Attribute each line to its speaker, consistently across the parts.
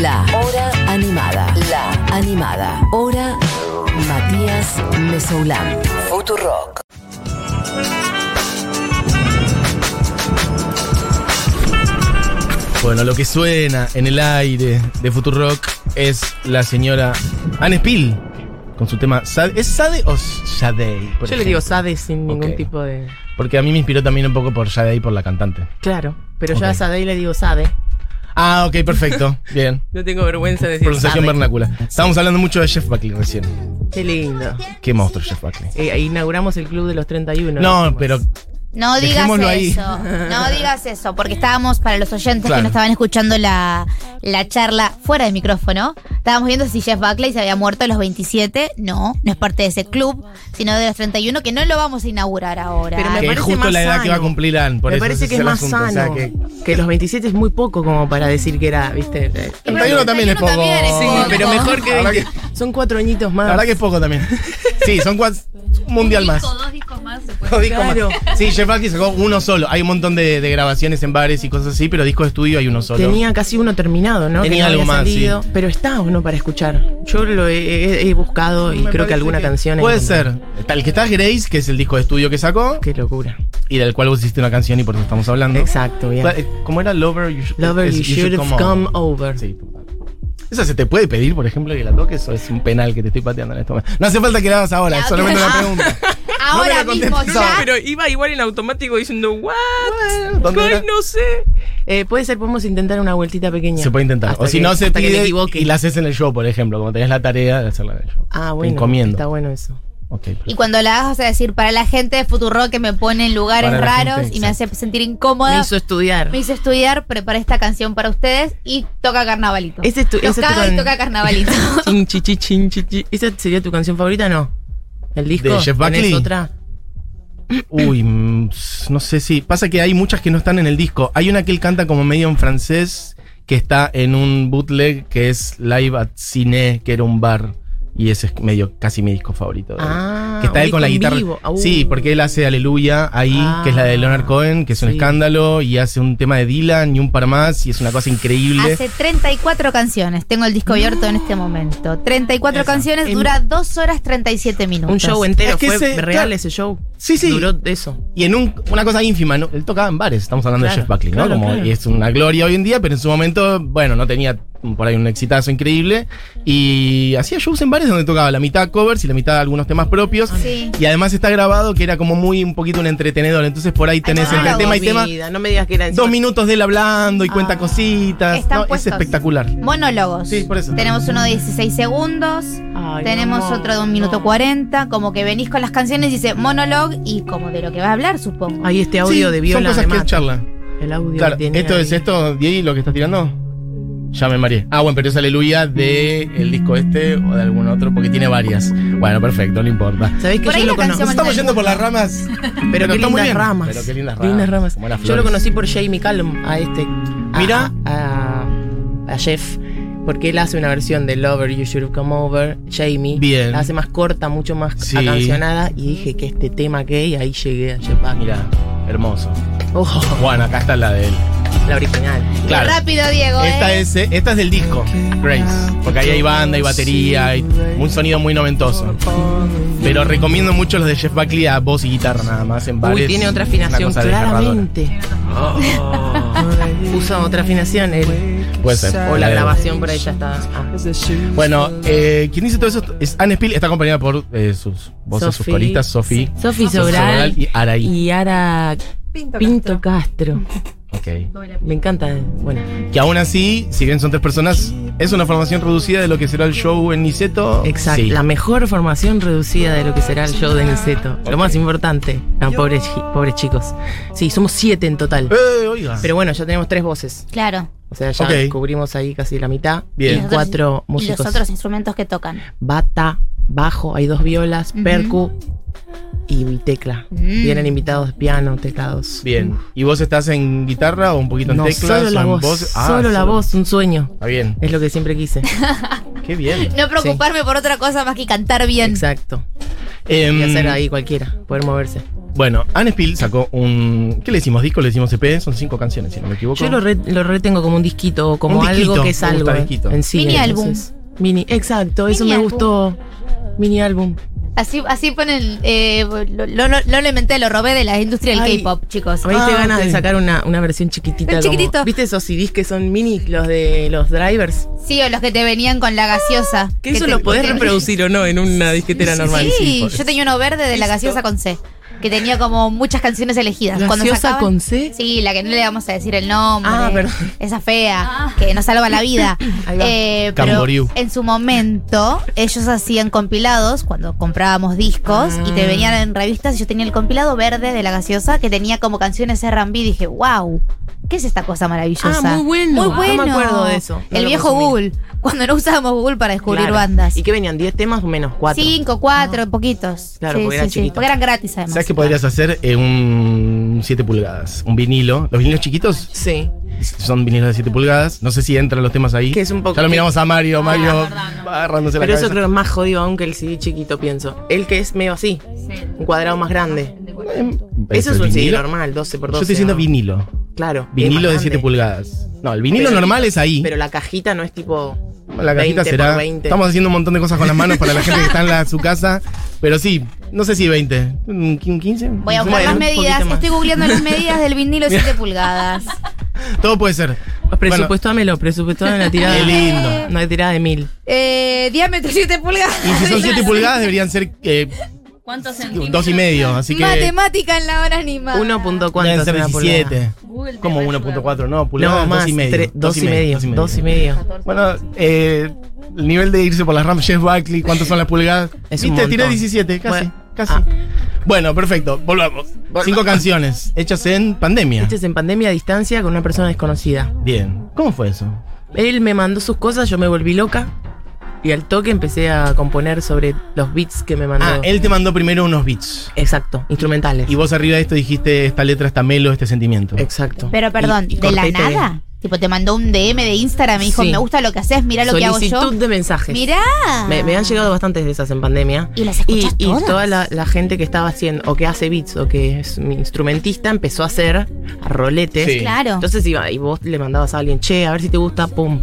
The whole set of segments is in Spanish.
Speaker 1: La hora animada. La animada. Hora Matías Mesoulán. Futurock.
Speaker 2: Bueno, lo que suena en el aire de Futurock es la señora Anne Spill con su tema Sade. ¿Es Sade o Sade?
Speaker 3: Yo le digo Sade sin ningún
Speaker 2: Ok.
Speaker 3: tipo de.
Speaker 2: Porque a mí me inspiró también un poco por Sade por la cantante.
Speaker 3: Claro, pero yo
Speaker 2: Ok.
Speaker 3: a Sade le digo Sade.
Speaker 2: Ah, ok, perfecto. Bien.
Speaker 3: No tengo vergüenza de decir
Speaker 2: Pronunciación
Speaker 3: Sade.
Speaker 2: vernácula. Estábamos hablando mucho de Jeff Buckley recién.
Speaker 3: Qué lindo.
Speaker 2: Qué monstruo Jeff Buckley.
Speaker 3: Eh, inauguramos el club de los 31.
Speaker 2: No,
Speaker 3: dijimos.
Speaker 2: pero
Speaker 4: No digas
Speaker 2: Dejémoslo ahí.
Speaker 4: eso. No digas eso, porque estábamos, para los oyentes
Speaker 2: Claro.
Speaker 4: que no estaban escuchando la, la charla fuera de micrófono, estábamos viendo si Jeff Buckley se había muerto a los 27. No, no es parte de ese club, sino de los 31, que no lo vamos a inaugurar ahora.
Speaker 3: Pero me
Speaker 2: que es
Speaker 3: parece
Speaker 2: justo
Speaker 3: más
Speaker 2: la edad que va a
Speaker 3: sano.
Speaker 2: cumplir Anne. Por
Speaker 3: me
Speaker 2: eso
Speaker 3: parece
Speaker 2: ese
Speaker 3: que es
Speaker 2: el
Speaker 3: más
Speaker 2: asunto, o sea
Speaker 3: sano. que...
Speaker 2: que-
Speaker 3: los 27 es muy poco como para decir que era, ¿viste? Eh,
Speaker 4: Pero
Speaker 2: 31 también es poco.
Speaker 4: también es
Speaker 3: Sí,
Speaker 4: poco.
Speaker 3: pero mejor que,
Speaker 2: La verdad
Speaker 3: 20. Son cuatro añitos más.
Speaker 2: La verdad que es poco también. Sí, son cuatro. Un mundial más.
Speaker 5: dos discos más se
Speaker 2: Dos discos más.
Speaker 3: Claro.
Speaker 2: Sí, Jeff Buckley sacó uno solo. Hay un montón de, de grabaciones en bares y cosas así, pero disco de estudio hay uno solo.
Speaker 3: Tenía casi uno terminado, ¿no?
Speaker 2: Tenía
Speaker 3: Que no
Speaker 2: algo
Speaker 3: había
Speaker 2: más,
Speaker 3: salido.
Speaker 2: sí.
Speaker 3: Pero está o no para escuchar. Yo lo he, he- he buscado y
Speaker 2: Me
Speaker 3: creo que
Speaker 2: parece
Speaker 3: alguna canción. he
Speaker 2: Puede ser.
Speaker 3: encontrado.
Speaker 2: Tal que está Grace, que es el disco de estudio que sacó,
Speaker 3: Qué locura.
Speaker 2: y del cual vos hiciste una canción y por eso estamos hablando.
Speaker 3: Exacto, bien.
Speaker 2: Fue- eh, ¿Cómo era Lover You, Sh-
Speaker 3: Lover,
Speaker 2: es-
Speaker 3: you, should have
Speaker 2: On?
Speaker 3: come over.
Speaker 2: Sí. ¿Esa se te puede pedir, por ejemplo, que la toques o es un penal que te estoy pateando en este momento? No hace falta que la hagas ahora,
Speaker 4: La
Speaker 2: es solamente
Speaker 4: otra-
Speaker 2: una pregunta.
Speaker 4: Ahora
Speaker 2: No me la
Speaker 4: mismo
Speaker 2: contestes
Speaker 4: ya.
Speaker 2: ahora.
Speaker 3: Pero iba igual en automático diciendo, ¿what?
Speaker 2: Bueno, ¿dónde
Speaker 3: Ay,
Speaker 2: era?
Speaker 3: no sé. Eh, puede ser, podemos intentar una vueltita pequeña.
Speaker 2: Se puede intentar.
Speaker 3: Hasta
Speaker 2: o si
Speaker 3: que-
Speaker 2: no, se
Speaker 3: hasta que me
Speaker 2: pide
Speaker 3: equivoque.
Speaker 2: y la haces en el show, por ejemplo, como tenés la tarea de hacerla en el show.
Speaker 3: Ah,
Speaker 2: Te
Speaker 3: bueno.
Speaker 2: encomiendo.
Speaker 3: Está bueno eso.
Speaker 2: Ok, perfecto.
Speaker 4: Y cuando la hagas, vas a decir, para la gente de Futuro que me pone en lugares
Speaker 2: Para la gente,
Speaker 4: raros y me hace sentir
Speaker 3: Me
Speaker 4: incómoda.
Speaker 3: hizo estudiar.
Speaker 4: Me hizo estudiar, preparé esta canción para ustedes y toca carnavalito.
Speaker 3: Ese es tu-
Speaker 4: Los
Speaker 3: ese es tu
Speaker 4: cago y
Speaker 3: can-
Speaker 4: toca carnavalito.
Speaker 3: Chin, chi, chi, chin, chi, chi. ¿Esa sería tu canción favorita no? ¿El disco?
Speaker 2: ¿De Jeff
Speaker 3: ¿Tenés
Speaker 2: Buckley?
Speaker 3: otra?
Speaker 2: Uy, mm, no sé si. Pasa que hay muchas que no están en el disco. Hay una que él canta como medio en francés, que está en un bootleg que es Live at Cine, que era un bar. Y ese es medio, casi mi disco favorito. de él.
Speaker 3: Ah,
Speaker 2: que está
Speaker 3: un
Speaker 2: él con la
Speaker 3: disco en
Speaker 2: guitarra.
Speaker 3: vivo. Uh.
Speaker 2: Sí, porque él hace Aleluya ahí,
Speaker 3: Ah,
Speaker 2: que es la de Leonard Cohen, que es un
Speaker 3: sí.
Speaker 2: escándalo, y hace un tema de Dylan y un par más, y es una cosa increíble.
Speaker 4: Hace 34 canciones. Tengo el disco abierto en este momento. 34
Speaker 2: Esa.
Speaker 4: canciones,
Speaker 3: En-
Speaker 4: dura 2 horas 37 minutos.
Speaker 3: Un show entero.
Speaker 2: Es que
Speaker 3: fue
Speaker 2: ese-
Speaker 3: real
Speaker 2: claro.
Speaker 3: ese show.
Speaker 2: Sí, sí.
Speaker 3: Duró eso.
Speaker 2: Y en un- una cosa ínfima, ¿no? él tocaba en bares, estamos hablando de
Speaker 3: Claro,
Speaker 2: Jeff Buckley, ¿no?
Speaker 3: claro,
Speaker 2: Como
Speaker 3: claro.
Speaker 2: y es una gloria hoy en día, pero en su momento, bueno, no tenía por ahí un exitazo increíble. Y hacía shows en bares donde tocaba la mitad covers y la mitad algunos temas propios.
Speaker 4: Sí.
Speaker 2: Y además está grabado que era como muy un poquito un entretenedor. Entonces por ahí tenés
Speaker 4: no,
Speaker 2: entre
Speaker 4: la
Speaker 2: tema y tema
Speaker 3: Ah, Vida, No me digas que era encima-
Speaker 2: dos minutos de él hablando y cuenta
Speaker 3: Ah.
Speaker 2: cositas.
Speaker 4: Están
Speaker 2: No, es
Speaker 4: puestos.
Speaker 2: espectacular.
Speaker 4: Monólogos.
Speaker 2: Sí, por eso.
Speaker 4: Tenemos uno de 16 segundos.
Speaker 3: Ay,
Speaker 4: tenemos
Speaker 3: no,
Speaker 4: otro de 1 minuto
Speaker 3: no.
Speaker 4: 40. Como que venís con las canciones y dice monólogo y como de lo que vas a hablar, supongo.
Speaker 3: Ahí este audio
Speaker 2: Sí,
Speaker 3: de viola.
Speaker 2: Son cosas
Speaker 3: me
Speaker 2: que él
Speaker 3: mata.
Speaker 2: charla.
Speaker 3: El audio
Speaker 2: Claro,
Speaker 3: que tenía
Speaker 2: esto es
Speaker 3: ahí.
Speaker 2: esto, Diego, lo que estás tirando. Ya me mareé. Ah, bueno, pero es aleluya de el disco este o de algún otro, porque tiene varias. Bueno, perfecto, no importa.
Speaker 3: ¿Sabés que
Speaker 4: Por
Speaker 3: yo
Speaker 4: ahí
Speaker 3: lo conozco?
Speaker 4: la canción
Speaker 2: Nos estamos yendo por las ramas.
Speaker 3: Pero qué
Speaker 2: está muy
Speaker 3: lindas
Speaker 2: bien.
Speaker 3: ramas.
Speaker 2: Pero qué lindas ramas.
Speaker 3: Lindas ramas.
Speaker 2: Como las
Speaker 3: Yo lo
Speaker 2: flores.
Speaker 3: conocí por Jamie Callum, a este. a-
Speaker 2: Mira.
Speaker 3: A, a Jeff. Porque él hace una versión de Lover, You Should Have Come Over, Jamie.
Speaker 2: Bien.
Speaker 3: La hace más corta, mucho más
Speaker 2: Sí.
Speaker 3: acancionada. Y dije que este tema que y ahí llegué a Jeff Buckley.
Speaker 2: Mira, hermoso.
Speaker 3: Ojo,
Speaker 2: Bueno, acá está la de él.
Speaker 3: la original.
Speaker 2: Claro.
Speaker 4: Rápido, Diego.
Speaker 2: Esta
Speaker 4: ¿eh?
Speaker 2: es, eh, esta es del disco, Grace. Porque ahí hay banda y batería y un sonido muy noventoso. Pero recomiendo mucho los de Jeff Buckley a voz y guitarra nada más en bares.
Speaker 3: Uy, tiene otra
Speaker 2: Es una
Speaker 3: afinación,
Speaker 2: cosa desgarradora.
Speaker 3: claramente. Usa otra afinación él.
Speaker 2: Puede ser.
Speaker 3: O la
Speaker 2: Eh,
Speaker 3: grabación por ahí ya está. Ah.
Speaker 2: Bueno, eh, quien dice todo eso es Anne Spill, está acompañada por eh, sus voces, sus
Speaker 3: Sophie.
Speaker 2: coristas, Sofi.
Speaker 3: Sofi Sobral
Speaker 2: y Araí.
Speaker 3: y Ara
Speaker 5: Pinto,
Speaker 3: Pinto Castro.
Speaker 2: Ok.
Speaker 3: Me encanta. eh. Bueno,
Speaker 2: Que aún así, si bien son tres personas, es una formación reducida de lo que será el show en Niceto.
Speaker 3: exacto.
Speaker 2: Oh, Sí.
Speaker 3: La mejor formación reducida de lo que será el show de Niceto. Lo más importante. No, pobres, chi- pobres chicos. Sí, somos siete en total.
Speaker 2: Eh, oiga.
Speaker 3: Pero bueno, ya tenemos tres voces.
Speaker 4: Claro.
Speaker 3: O sea, ya
Speaker 2: Ok.
Speaker 3: cubrimos ahí casi la mitad.
Speaker 2: Bien.
Speaker 3: Y
Speaker 4: los otros-
Speaker 3: cuatro músicos.
Speaker 4: Y los otros instrumentos que tocan.
Speaker 3: Bata, bajo, hay dos violas,
Speaker 4: Ujú.
Speaker 3: percu y tecla.
Speaker 4: Mm.
Speaker 3: Vienen invitados piano, teclados.
Speaker 2: Bien. ¿Y vos estás en guitarra o un poquito en
Speaker 3: No,
Speaker 2: teclas?
Speaker 3: solo
Speaker 2: o
Speaker 3: la
Speaker 2: en
Speaker 3: voz.
Speaker 2: Ah,
Speaker 3: solo la voz, un sueño.
Speaker 2: Está bien.
Speaker 3: Es lo que siempre quise.
Speaker 2: Qué bien.
Speaker 4: No preocuparme por otra cosa más que cantar bien.
Speaker 3: Exacto.
Speaker 2: Em,
Speaker 3: Y hacer ahí cualquiera, poder moverse.
Speaker 2: Bueno, Anne Spill sacó un. ¿Qué le decimos? ¿Disco? ¿Le decimos EP? Son cinco canciones, si no me equivoco.
Speaker 3: Yo lo, re- lo retengo como un disquito, o como
Speaker 2: Un disquito,
Speaker 3: algo que es
Speaker 2: me gusta
Speaker 3: algo.
Speaker 2: disquito.
Speaker 3: En sí,
Speaker 4: Mini
Speaker 3: entonces. Mini, exacto, eso
Speaker 4: Mini
Speaker 3: me
Speaker 4: álbum.
Speaker 3: gustó. Mini álbum.
Speaker 2: Ah,
Speaker 4: Así, así ponen. eh, lo, lo- lo- no lo inventé, lo robé de la industria del
Speaker 3: Ay.
Speaker 4: K-pop, chicos.
Speaker 3: A mí te
Speaker 2: Ah,
Speaker 3: ganas
Speaker 2: ok.
Speaker 3: de sacar una, una versión chiquitita.
Speaker 4: Un
Speaker 3: como-
Speaker 4: chiquitito.
Speaker 3: ¿Viste esos CDs que son mini, los de los drivers?
Speaker 4: Ah. Sí, o los que te venían con la gaseosa.
Speaker 3: Ah. Que eso
Speaker 4: te-
Speaker 3: los podés
Speaker 4: te-
Speaker 3: reproducir o no en una disquetera normal.
Speaker 4: Sí,
Speaker 2: sí, por-
Speaker 4: yo tenía uno verde de la gaseosa con C. Que tenía como muchas canciones elegidas. Cuando
Speaker 3: ¿Gaseosa
Speaker 4: sacaban-
Speaker 3: con C?
Speaker 4: Sí, la que no le vamos a decir el nombre.
Speaker 3: Ah, perdón.
Speaker 4: Esa
Speaker 3: Ah.
Speaker 4: fea, que nos salva la vida.
Speaker 3: Ahí va.
Speaker 4: Eh, pero
Speaker 2: Camboriú.
Speaker 4: en su momento, ellos hacían compilados cuando comprábamos discos y te
Speaker 3: Ah.
Speaker 4: venían en revistas. Yo tenía el compilado verde de la gaseosa que tenía como canciones R&B. Dije, wow, ¿qué es esta cosa maravillosa?
Speaker 3: Ah, muy bueno. No
Speaker 4: Muy
Speaker 3: me
Speaker 4: bueno.
Speaker 3: acuerdo de eso. No
Speaker 4: el
Speaker 3: lo
Speaker 4: viejo
Speaker 3: consumí.
Speaker 4: Google, cuando no usábamos Google para descubrir
Speaker 3: Claro.
Speaker 4: bandas.
Speaker 3: ¿Y qué venían? ¿10 temas o menos? ¿4?
Speaker 4: Cinco, cuatro, poquitos.
Speaker 3: Claro, porque era chiquito.
Speaker 4: Porque eran gratis además.
Speaker 2: ¿Sabes qué podrías hacer? Eh, un 7 pulgadas, un vinilo. Los vinilos chiquitos
Speaker 3: Sí.
Speaker 2: son vinilos de 7 pulgadas. No sé si entran los temas ahí.
Speaker 3: Que es un poco-
Speaker 2: Ya lo miramos a Mario, Mario agarrándose la
Speaker 3: Pero eso
Speaker 2: cabeza.
Speaker 3: creo que es más jodido aún que el CD chiquito, pienso. El que es medio así, un cuadrado más grande.
Speaker 2: Eh,
Speaker 3: Eso es
Speaker 2: el
Speaker 3: un CD
Speaker 2: vinilo.
Speaker 3: normal, 12 por 12.
Speaker 2: Yo estoy diciendo
Speaker 3: ¿no?
Speaker 2: vinilo.
Speaker 3: Claro. es
Speaker 2: Vinilo
Speaker 3: más
Speaker 2: de 7
Speaker 3: grande.
Speaker 2: pulgadas. No, el vinilo
Speaker 3: Pero-
Speaker 2: normal es ahí.
Speaker 3: Pero la cajita no es tipo.
Speaker 2: La cajita
Speaker 3: 20 por
Speaker 2: será.
Speaker 3: 20.
Speaker 2: Estamos haciendo un montón de cosas con las manos para la gente que está en la- su casa. Pero sí, no sé si 20. mm, quin- 15.
Speaker 4: Voy a buscar
Speaker 3: Bueno,
Speaker 4: las
Speaker 3: un poquito
Speaker 4: medidas.
Speaker 3: más.
Speaker 4: Estoy googleando las medidas del vinilo de 7 pulgadas.
Speaker 2: Todo puede ser.
Speaker 3: Presupuestámelo, presupuestámelo la tirada.
Speaker 2: Qué lindo.
Speaker 3: Una tirada de mil.
Speaker 4: Eh, diámetro 7 pulgadas.
Speaker 2: Bueno, y si son 7 pulgadas deberían ser eh,
Speaker 5: ¿Cuántos centímetros?
Speaker 2: dos y medio. Así que.
Speaker 4: Matemática en la hora animada.
Speaker 3: 1. punto
Speaker 2: Deben ser
Speaker 3: cuánto será
Speaker 2: 17.
Speaker 5: Google te
Speaker 2: Como
Speaker 5: va a
Speaker 2: 1.4, no, pulgadas,
Speaker 3: No, más.
Speaker 2: dos y medio.
Speaker 3: tre- Dos y medio.
Speaker 2: dos y medio.
Speaker 3: Dos y medio.
Speaker 2: Bueno, eh, el nivel de irse por las RAM Jeff Buckley, ¿cuántas son las pulgadas?
Speaker 3: Es
Speaker 2: Viste,
Speaker 3: un montón.
Speaker 2: tiré 17, casi,
Speaker 3: Bueno,
Speaker 2: casi.
Speaker 3: ah.
Speaker 2: Bueno, perfecto, volvamos. Cinco canciones hechas en pandemia.
Speaker 3: Este es en pandemia a distancia con una persona desconocida.
Speaker 2: Bien. ¿Cómo fue eso?
Speaker 3: Él me mandó sus cosas, yo me volví loca. Y al toque empecé a componer sobre los beats que me mandó.
Speaker 2: Ah, él te mandó primero unos beats.
Speaker 3: Exacto, instrumentales.
Speaker 2: Y vos arriba de esto dijiste, esta letra, esta melo, este sentimiento.
Speaker 3: Exacto.
Speaker 4: Pero perdón,
Speaker 3: Y- y
Speaker 4: ¿de la
Speaker 3: corté y pegué.
Speaker 4: nada? Tipo, te mandó un DM de Instagram y dijo,
Speaker 3: Sí.
Speaker 4: me gusta lo que haces, mirá lo que
Speaker 3: Solicitud
Speaker 4: hago yo.
Speaker 3: de mensajes.
Speaker 4: Mirá.
Speaker 3: Me, me han llegado bastantes de esas en pandemia.
Speaker 4: Ah. ¿Y las escuchás
Speaker 3: y
Speaker 4: todas?
Speaker 3: toda la, la gente que estaba haciendo, o que hace beats, o que es mi instrumentista, empezó a hacer a roletes.
Speaker 2: Sí.
Speaker 4: Claro.
Speaker 3: Entonces iba, y vos le mandabas a alguien, che, a ver si te gusta, pum.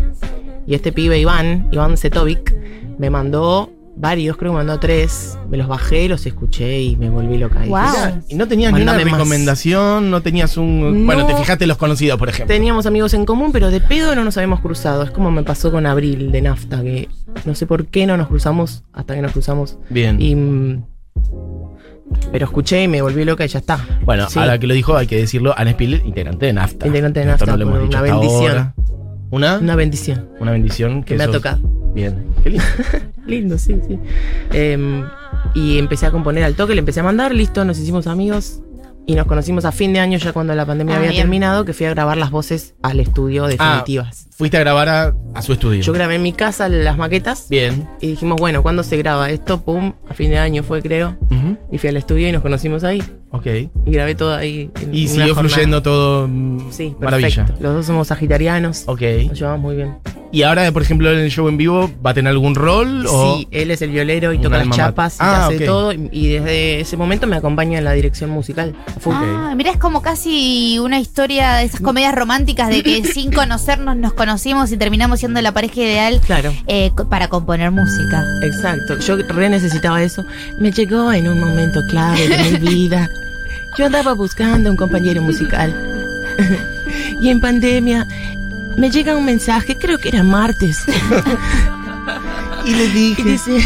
Speaker 3: Y este pibe Iván, Iván Setovic, me mandó varios, creo que me mandó tres. Me los bajé, los escuché y me volví loca. Y
Speaker 4: Guau.
Speaker 3: dije,
Speaker 2: Mirá, Ah, Y no tenías ni una
Speaker 3: Mandame más.
Speaker 2: recomendación, no tenías un...
Speaker 3: No.
Speaker 2: Bueno, te fijaste en los conocidos, por ejemplo.
Speaker 3: Teníamos amigos en común, pero de pedo no nos habíamos cruzado. Es como me pasó con Abril de Nafta, que no sé por qué no nos cruzamos hasta que nos cruzamos.
Speaker 2: Bien.
Speaker 3: Y, mm, pero escuché y me volví loca y ya está.
Speaker 2: Bueno,
Speaker 3: Sí.
Speaker 2: ahora que lo dijo, hay que decirlo, Anne Spill, integrante de NAFTA.
Speaker 3: Integrante de
Speaker 2: Esto
Speaker 3: NAFTA,
Speaker 2: no lo hemos
Speaker 3: una
Speaker 2: dicho hasta
Speaker 3: bendición.
Speaker 2: ahora. ¿Una?
Speaker 3: Una bendición.
Speaker 2: Una bendición que
Speaker 3: Que me ha
Speaker 2: sos-
Speaker 3: tocado.
Speaker 2: Bien. Qué lindo.
Speaker 3: Lindo, sí, sí. Em, y empecé a componer al toque, le empecé a mandar, listo, nos hicimos amigos. Y nos conocimos a fin de año, ya cuando la pandemia
Speaker 4: Ah,
Speaker 3: había
Speaker 4: bien.
Speaker 3: terminado, que fui a grabar las voces al estudio
Speaker 2: Ah,
Speaker 3: definitivas.
Speaker 2: fuiste a grabar a, a su estudio.
Speaker 3: Yo grabé en mi casa las maquetas
Speaker 2: Bien.
Speaker 3: y dijimos, bueno, ¿cuándo se graba esto? Pum, a fin de año fue, creo.
Speaker 2: Ujú.
Speaker 3: Y fui al estudio y nos conocimos ahí.
Speaker 2: Ok.
Speaker 3: Y grabé todo ahí. en
Speaker 2: Y
Speaker 3: una
Speaker 2: siguió
Speaker 3: jornada.
Speaker 2: fluyendo todo. mm,
Speaker 3: Sí,
Speaker 2: maravilla.
Speaker 3: maravilla. Los dos somos sagitarianos.
Speaker 2: Ok.
Speaker 3: Nos llevamos muy bien.
Speaker 2: Y ahora, por ejemplo, en el show en vivo, ¿va a tener algún rol? O...
Speaker 3: Sí, él es el violero y
Speaker 2: Un
Speaker 3: toca las
Speaker 2: alma
Speaker 3: chapas y
Speaker 2: mater. Ah,
Speaker 3: hace
Speaker 2: ok.
Speaker 3: todo. Y y desde ese momento me acompaña en la dirección musical. a full.
Speaker 4: Ah, mirá, es como casi una historia de esas comedias románticas de que sin conocernos nos conocimos y terminamos siendo la pareja ideal
Speaker 3: Claro,
Speaker 4: eh, co- para componer música.
Speaker 3: exacto. Yo re necesitaba eso. Me llegó en un momento clave de mi vida. Yo andaba buscando un compañero musical. y en pandemia me llega un mensaje, creo que era martes.
Speaker 2: Y le
Speaker 3: Y
Speaker 2: dije.
Speaker 3: dice,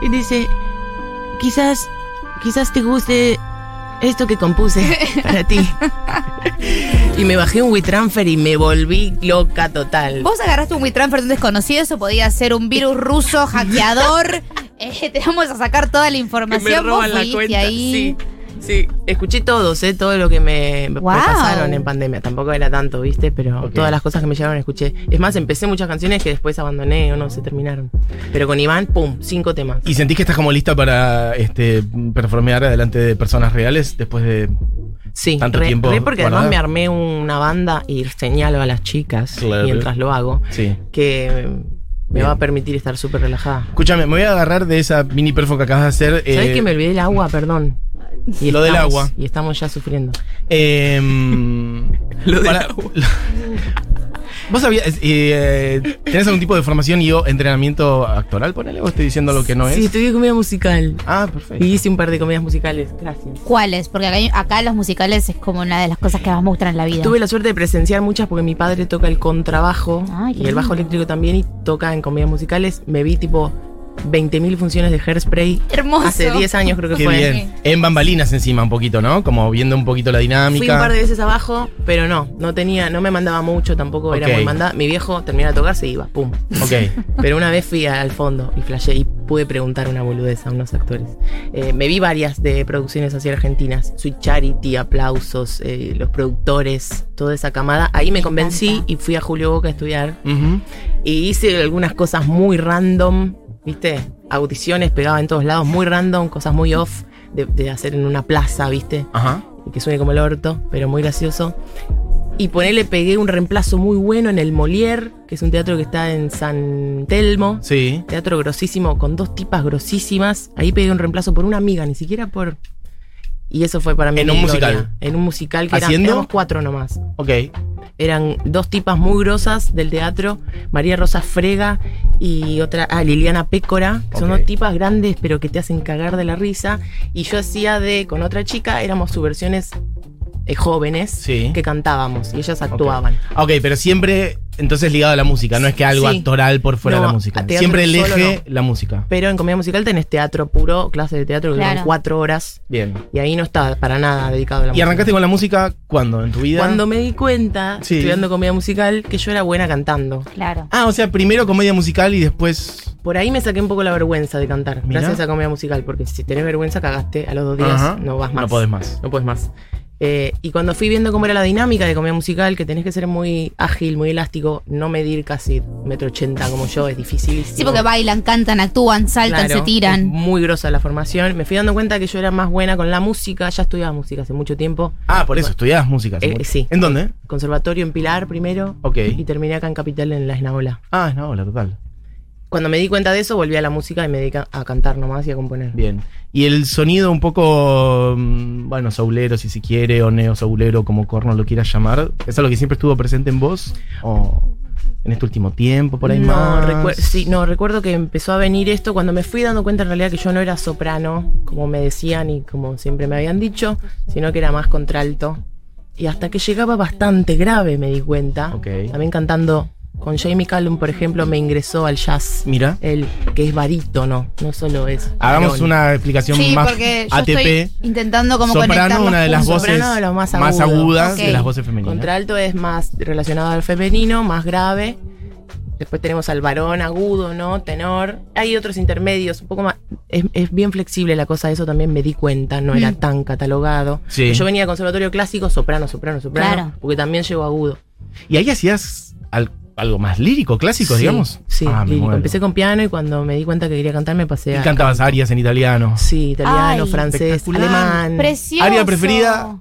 Speaker 3: y dice, quizás, quizás te guste esto que compuse para ti. Y me bajé un WeTransfer y me volví loca total.
Speaker 4: Vos agarraste un WeTransfer de un desconocido, eso podía ser un virus ruso, hackeador. Eh, te vamos a sacar toda la
Speaker 3: Que
Speaker 4: información.
Speaker 3: me roban
Speaker 4: Vos
Speaker 3: la
Speaker 4: fuiste
Speaker 3: cuenta.
Speaker 4: ahí.
Speaker 3: Sí, sí. Escuché todos, ¿eh? Todo lo que me, me
Speaker 4: Wow.
Speaker 3: pasaron en pandemia. Tampoco era tanto, ¿viste? Pero
Speaker 2: Ok.
Speaker 3: todas las cosas que me llegaron escuché. Es más, empecé muchas canciones que después abandoné o no se terminaron. Pero con Iván, pum, cinco temas.
Speaker 2: ¿Y sentís que estás como lista para este performear delante de personas reales después de.
Speaker 3: Sí,
Speaker 2: tanto
Speaker 3: re-
Speaker 2: tiempo
Speaker 3: re porque
Speaker 2: guardada.
Speaker 3: además me armé una banda y señalo a las chicas
Speaker 2: Claro.
Speaker 3: mientras lo hago,
Speaker 2: Sí.
Speaker 3: que me
Speaker 2: Bien.
Speaker 3: va a permitir estar súper relajada.
Speaker 2: Escúchame, me voy a agarrar de esa mini perfo que acabas de hacer.
Speaker 3: ¿Sabes
Speaker 2: eh,
Speaker 3: que me olvidé el agua? Perdón. Y
Speaker 2: Lo del
Speaker 3: estamos-
Speaker 2: agua.
Speaker 3: Y estamos ya sufriendo.
Speaker 2: Em,
Speaker 5: Lo del
Speaker 2: para-
Speaker 5: agua.
Speaker 2: ¿Vos sabías, eh, eh, tenés algún tipo de formación y o entrenamiento actoral, ponele? ¿O estoy diciendo lo que no es?
Speaker 3: Sí, estudié comedia musical.
Speaker 2: Ah, perfecto.
Speaker 3: Y hice un par de comedias musicales. Gracias.
Speaker 4: ¿Cuáles? Porque acá, hay- acá los musicales es como una de las cosas que más me gustan en la vida.
Speaker 3: Tuve la suerte de presenciar muchas porque mi padre toca el contrabajo
Speaker 4: Ay, qué
Speaker 3: y el bajo
Speaker 4: lindo.
Speaker 3: eléctrico también y toca en comedias musicales. Me vi tipo 20.000 funciones de Hairspray
Speaker 4: Hermoso.
Speaker 3: hace 10 años creo que
Speaker 2: Qué
Speaker 3: fue.
Speaker 2: bien. En bambalinas encima un poquito, ¿no? Como viendo un poquito la dinámica.
Speaker 3: Fui un par de veces abajo, pero no, no tenía, no me mandaba mucho, tampoco
Speaker 2: Ok.
Speaker 3: era muy mandada. Mi viejo terminaba de tocar, se iba, pum.
Speaker 2: Ok.
Speaker 3: Pero una vez fui al fondo y flashé y pude preguntar una boludez a unos actores. Eh, me vi varias de producciones hacia argentinas. Sweet Charity, Aplausos, eh, Los Productores, toda esa camada. Ahí me convencí
Speaker 4: encanta.
Speaker 3: y fui a Julio Boca a estudiar.
Speaker 2: Ujú.
Speaker 3: Y hice algunas cosas muy random, ¿viste? Audiciones pegaba en todos lados, muy random, cosas muy off de, de hacer en una plaza, ¿viste?
Speaker 2: Ajá.
Speaker 3: Y que suene como el orto, pero muy gracioso. Y ponerle pegué un reemplazo muy bueno en el Molière, que es un teatro que está en San Telmo.
Speaker 2: Sí.
Speaker 3: Teatro grosísimo, con dos tipas grosísimas. Ahí pedí un reemplazo por una amiga, ni siquiera por. Y eso fue para mí.
Speaker 2: En
Speaker 3: mi
Speaker 2: un
Speaker 3: gloria.
Speaker 2: musical.
Speaker 3: En un musical que eran,
Speaker 2: ¿Haciendo?
Speaker 3: éramos cuatro nomás.
Speaker 2: Ok.
Speaker 3: Eran dos tipas muy grosas del teatro, María Rosa Frega y otra, ah, Liliana Pécora, que son
Speaker 2: Ok.
Speaker 3: dos tipas grandes pero que te hacen cagar de la risa. Y yo hacía de, con otra chica, éramos subversiones eh, jóvenes
Speaker 2: Sí.
Speaker 3: que cantábamos y ellas actuaban.
Speaker 2: Ah, Ok, pero siempre entonces ligado a la música, no es que algo
Speaker 3: Sí.
Speaker 2: actoral por fuera de
Speaker 3: No,
Speaker 2: la música.
Speaker 3: a teatro
Speaker 2: Siempre el
Speaker 3: solo
Speaker 2: eje, la música.
Speaker 3: Pero en comedia musical tenés teatro puro, clase de teatro que
Speaker 4: Claro.
Speaker 3: duran cuatro horas.
Speaker 2: Bien.
Speaker 3: Y ahí no estaba para nada dedicado a la
Speaker 2: ¿Y
Speaker 3: música.
Speaker 2: arrancaste con la música cuándo? ¿En tu vida?
Speaker 3: Cuando me di cuenta,
Speaker 2: Sí.
Speaker 3: estudiando comedia musical, que yo era buena cantando.
Speaker 4: Claro.
Speaker 2: Ah, o sea, primero comedia musical y después.
Speaker 3: Por ahí me saqué un poco la vergüenza de cantar,
Speaker 2: Mirá.
Speaker 3: gracias a comedia musical, porque si tenés vergüenza cagaste a los dos días,
Speaker 2: Ajá.
Speaker 3: no vas más.
Speaker 2: No podés más.
Speaker 3: No podés más. Eh, y cuando fui viendo cómo era la dinámica de comedia musical, que tenés que ser muy ágil, muy elástico, no medir casi metro ochenta como yo, es difícil.
Speaker 4: Sí, porque bailan, cantan, actúan, saltan,
Speaker 3: Claro,
Speaker 4: se tiran.
Speaker 3: es Muy grosa la formación. Me fui dando cuenta que yo era más buena con la música, ya estudiaba música hace mucho tiempo.
Speaker 2: Ah, por eso estudiabas música. hace
Speaker 3: Eh,
Speaker 2: mucho.
Speaker 3: sí.
Speaker 2: ¿En dónde?
Speaker 3: Conservatorio en Pilar primero
Speaker 2: Ok.
Speaker 3: y terminé acá en Capital en la Esnaola.
Speaker 2: Ah, no, la total.
Speaker 3: Cuando me di cuenta de eso, volví a la música y me dediqué a cantar nomás y a componer.
Speaker 2: Bien. Y el sonido un poco, mm, bueno, saulero si se quiere, o neo-saulero, como corno lo quieras llamar, ¿es algo que siempre estuvo presente en vos? ¿O en este último tiempo, por ahí
Speaker 3: no,
Speaker 2: más?
Speaker 3: recuer- sí, no, recuerdo que empezó a venir esto cuando me fui dando cuenta en realidad que yo no era soprano, como me decían y como siempre me habían dicho, sino que era más contralto. Y hasta que llegaba bastante grave me di cuenta.
Speaker 2: Ok.
Speaker 3: También cantando con Jamie Callum, por ejemplo, me ingresó al jazz.
Speaker 2: Mira,
Speaker 3: Él, que es barítono, no solo es.
Speaker 2: hagamos
Speaker 3: varón.
Speaker 2: una explicación
Speaker 4: Sí,
Speaker 2: más
Speaker 4: porque yo
Speaker 2: ATP.
Speaker 4: estoy intentando como conectar
Speaker 2: soprano,
Speaker 4: los
Speaker 2: una de las
Speaker 4: puntos.
Speaker 2: voces
Speaker 3: Soprano de lo más
Speaker 2: más,
Speaker 3: agudo.
Speaker 2: agudas
Speaker 4: Ok.
Speaker 2: de las voces femeninas.
Speaker 3: Contralto es más relacionado al femenino, más grave. Después tenemos al varón agudo, ¿no? Tenor. Hay otros intermedios, un poco más. Es, es bien flexible la cosa, eso también me di cuenta, no era
Speaker 4: Mm.
Speaker 3: tan catalogado.
Speaker 2: Sí.
Speaker 3: Yo venía al conservatorio clásico, soprano, soprano, soprano,
Speaker 4: Claro.
Speaker 3: porque también llego agudo.
Speaker 2: Y ahí hacías al- algo más lírico, clásico,
Speaker 3: Sí,
Speaker 2: digamos.
Speaker 3: Sí,
Speaker 2: Ah, me
Speaker 3: lírico.
Speaker 2: muero.
Speaker 3: Empecé con piano y cuando me di cuenta que quería cantar me pasé
Speaker 2: Y
Speaker 3: a.
Speaker 2: cantabas arias en italiano.
Speaker 3: Sí, italiano,
Speaker 4: Ay,
Speaker 3: francés,
Speaker 2: espectacular.
Speaker 3: alemán.
Speaker 4: Precioso.
Speaker 2: Área preferida.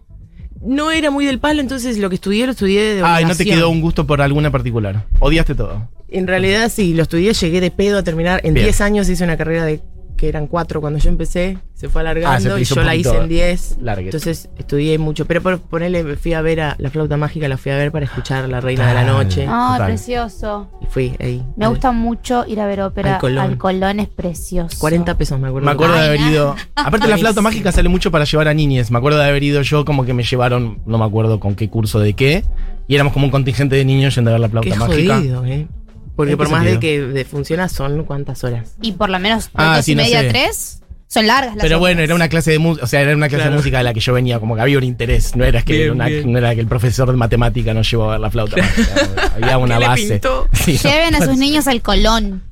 Speaker 3: No era muy del palo, entonces lo que estudié lo estudié de
Speaker 2: Ay, no te
Speaker 3: obligación.
Speaker 2: quedó un gusto por alguna en particular. Odiaste todo.
Speaker 3: En realidad sí, lo estudié, llegué de pedo a terminar. En
Speaker 2: Bien.
Speaker 3: 10 años hice una carrera de que eran 4 cuando yo empecé, se fue
Speaker 2: Ah, se
Speaker 3: alargando
Speaker 2: te
Speaker 3: y
Speaker 2: hizo
Speaker 3: yo
Speaker 2: un
Speaker 3: la
Speaker 2: poquito
Speaker 3: hice en 10.
Speaker 2: larguete.
Speaker 3: Entonces estudié mucho, pero por ponerle me fui a ver a la flauta mágica, la fui a ver para escuchar La Reina de la
Speaker 2: Total.
Speaker 3: Noche
Speaker 4: Ay,
Speaker 2: Total.
Speaker 4: precioso.
Speaker 3: y fui ahí.
Speaker 4: Me
Speaker 3: Al-
Speaker 4: gusta mucho ir a ver ópera.
Speaker 3: Al Colón.
Speaker 4: Al Colón es precioso.
Speaker 3: 40 pesos, me acuerdo.
Speaker 2: Me acuerdo
Speaker 4: Ay,
Speaker 2: de haber
Speaker 4: nada.
Speaker 2: ido. Aparte, la flauta
Speaker 3: Buenísimo.
Speaker 2: mágica sale mucho para llevar a niñes. Me acuerdo de haber ido yo, como que me llevaron, no me acuerdo con qué curso de qué. Y éramos como un contingente de niños yendo a ver la flauta
Speaker 3: Qué
Speaker 2: mágica.
Speaker 3: jodido, eh. Porque
Speaker 2: ¿En qué
Speaker 3: por más de
Speaker 2: sentido?
Speaker 3: que de funciona son cuántas horas.
Speaker 4: Y por lo menos
Speaker 2: Ah,
Speaker 4: dos
Speaker 2: sí,
Speaker 4: y
Speaker 2: no
Speaker 4: media,
Speaker 2: sé.
Speaker 4: tres. Son largas las
Speaker 2: Pero bueno,
Speaker 4: obras.
Speaker 2: era una clase de música, o sea, era una clase de
Speaker 5: Claro.
Speaker 2: música de la que yo venía, como que había un interés, no era que
Speaker 5: Bien,
Speaker 2: una-
Speaker 5: bien.
Speaker 2: no era que el profesor de matemática nos llevó a ver la flauta mágica. Había una
Speaker 5: ¿Qué le
Speaker 2: base.
Speaker 5: pintó?
Speaker 2: Sí, ¿no?
Speaker 4: Lleven a sus niños al Colón.